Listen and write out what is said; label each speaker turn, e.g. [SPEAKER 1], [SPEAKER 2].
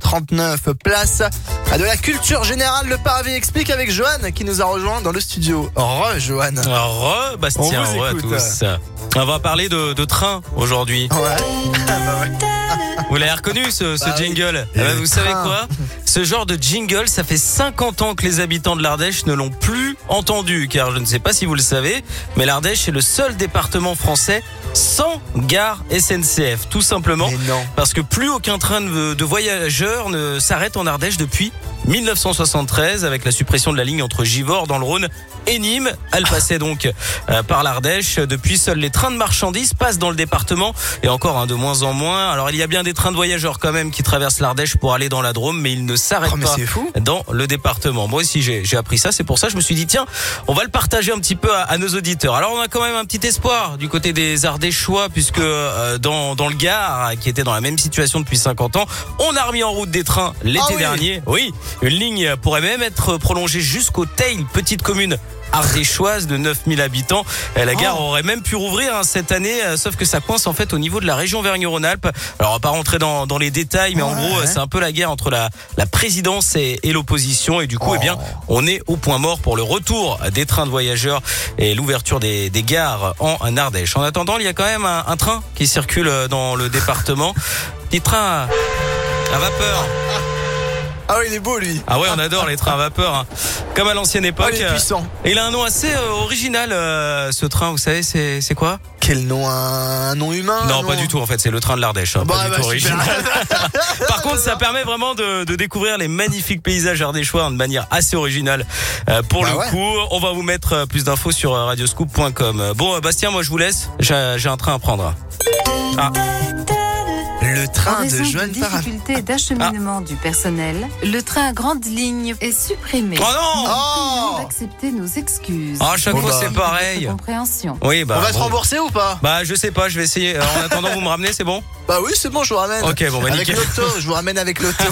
[SPEAKER 1] 19h39. Place à de la culture générale. Le Paravé explique avec Johan qui nous a rejoint dans le studio. Re, Johan.
[SPEAKER 2] Re, Bastien,
[SPEAKER 1] On vous
[SPEAKER 2] re à
[SPEAKER 1] écoute.
[SPEAKER 2] tous. On va parler de, de train aujourd'hui.
[SPEAKER 1] Ouais. Ah bah ouais.
[SPEAKER 2] Vous l'avez reconnu ce, ce
[SPEAKER 1] Bah oui.
[SPEAKER 2] jingle
[SPEAKER 1] Et
[SPEAKER 2] Eh ben,
[SPEAKER 1] le
[SPEAKER 2] Vous savez
[SPEAKER 1] train.
[SPEAKER 2] quoi Ce genre de jingle, ça fait 50 ans que les habitants de l'Ardèche ne l'ont plus entendu, car je ne sais pas si vous le savez, mais l'Ardèche est le seul département français sans gare SNCF, tout simplement.
[SPEAKER 1] Mais non.
[SPEAKER 2] parce que plus aucun train de, de voyageurs ne s'arrête en Ardèche depuis 1973 avec la suppression de la ligne entre Givors dans le Rhône et Nîmes. Elle
[SPEAKER 1] Ah.
[SPEAKER 2] passait donc euh, par l'Ardèche. Depuis, seuls les trains de marchandises passent dans le département et encore hein, de moins en moins. Alors il y a bien des trains de voyageurs quand même qui traversent l'Ardèche pour aller dans la Drôme, mais ils ne s'arrêtent
[SPEAKER 1] Oh, mais
[SPEAKER 2] pas
[SPEAKER 1] c'est fou.
[SPEAKER 2] dans le département. Moi aussi, j'ai j'ai appris ça. C'est pour ça que je me suis dit, tiens, on va le partager un petit peu à, à nos auditeurs. Alors, on a quand même un petit espoir du côté des Ardéchois, puisque euh, dans, dans le Gard, qui était dans la même situation depuis 50 ans, on a remis en route des trains l'été
[SPEAKER 1] Ah oui.
[SPEAKER 2] dernier. Oui, une ligne pourrait même être prolongée jusqu'au Teil, petite commune ardéchoise de 9000 habitants. Euh, La gare
[SPEAKER 1] Oh.
[SPEAKER 2] aurait même pu rouvrir hein, cette année, euh, sauf que ça coince en fait au niveau de la région Vergne-Rhône-Alpes. Alors on va pas rentrer dans, dans les détails, mais en
[SPEAKER 1] Ouais.
[SPEAKER 2] gros euh, c'est un peu la guerre entre la, la présidence et, et l'opposition. Et du coup, eh bien,
[SPEAKER 1] Oh.
[SPEAKER 2] on est au point mort pour le retour des trains de voyageurs et l'ouverture des, des gares en Ardèche. En attendant, il y a quand même un, un train qui circule euh, dans le département. Petit train à- à vapeur.
[SPEAKER 1] Ah ouais, il est beau lui.
[SPEAKER 2] Ah ouais, on adore les trains à vapeur. hein. Comme à l'ancienne
[SPEAKER 1] Oh,
[SPEAKER 2] époque.
[SPEAKER 1] il est puissant.
[SPEAKER 2] Et il a un nom assez euh, original, euh, ce train, vous savez, c'est c'est quoi
[SPEAKER 1] Quel nom Un nom humain un
[SPEAKER 2] Non,
[SPEAKER 1] nom-
[SPEAKER 2] pas du tout, en fait, c'est le train de l'Ardèche. hein,
[SPEAKER 1] Bah,
[SPEAKER 2] pas du
[SPEAKER 1] bah, super.
[SPEAKER 2] tout original. Par contre, ça permet vraiment de, de découvrir les magnifiques paysages ardéchois hein, de manière assez originale. euh, pour
[SPEAKER 1] Bah
[SPEAKER 2] le
[SPEAKER 1] ouais.
[SPEAKER 2] coup, on va vous mettre euh, plus d'infos sur euh, radioscoop.com. Euh, Bon, euh, Bastien, moi je vous laisse. J'ai j'ai un train à prendre.
[SPEAKER 1] Le
[SPEAKER 3] En
[SPEAKER 1] train de
[SPEAKER 3] raison
[SPEAKER 1] Johan
[SPEAKER 3] d'une
[SPEAKER 1] Paravé.
[SPEAKER 2] Ah.
[SPEAKER 3] difficulté d'acheminement du personnel, le train à grande ligne est supprimé.
[SPEAKER 2] Oh non
[SPEAKER 1] Oh
[SPEAKER 3] Acceptez nos excuses.
[SPEAKER 2] Ah, à chaque
[SPEAKER 1] Bon,
[SPEAKER 2] fois
[SPEAKER 1] bah.
[SPEAKER 2] c'est pareil.
[SPEAKER 3] Compréhension.
[SPEAKER 2] Oui, bah.
[SPEAKER 1] On va se
[SPEAKER 2] bon.
[SPEAKER 1] rembourser ou pas
[SPEAKER 2] Bah, je sais pas, je vais essayer. Euh, en attendant, vous me ramenez, c'est bon
[SPEAKER 1] Bah oui, c'est bon, je vous ramène.
[SPEAKER 2] Ok, bon, bah
[SPEAKER 1] avec
[SPEAKER 2] nickel.
[SPEAKER 1] l'auto, je vous ramène avec l'auto.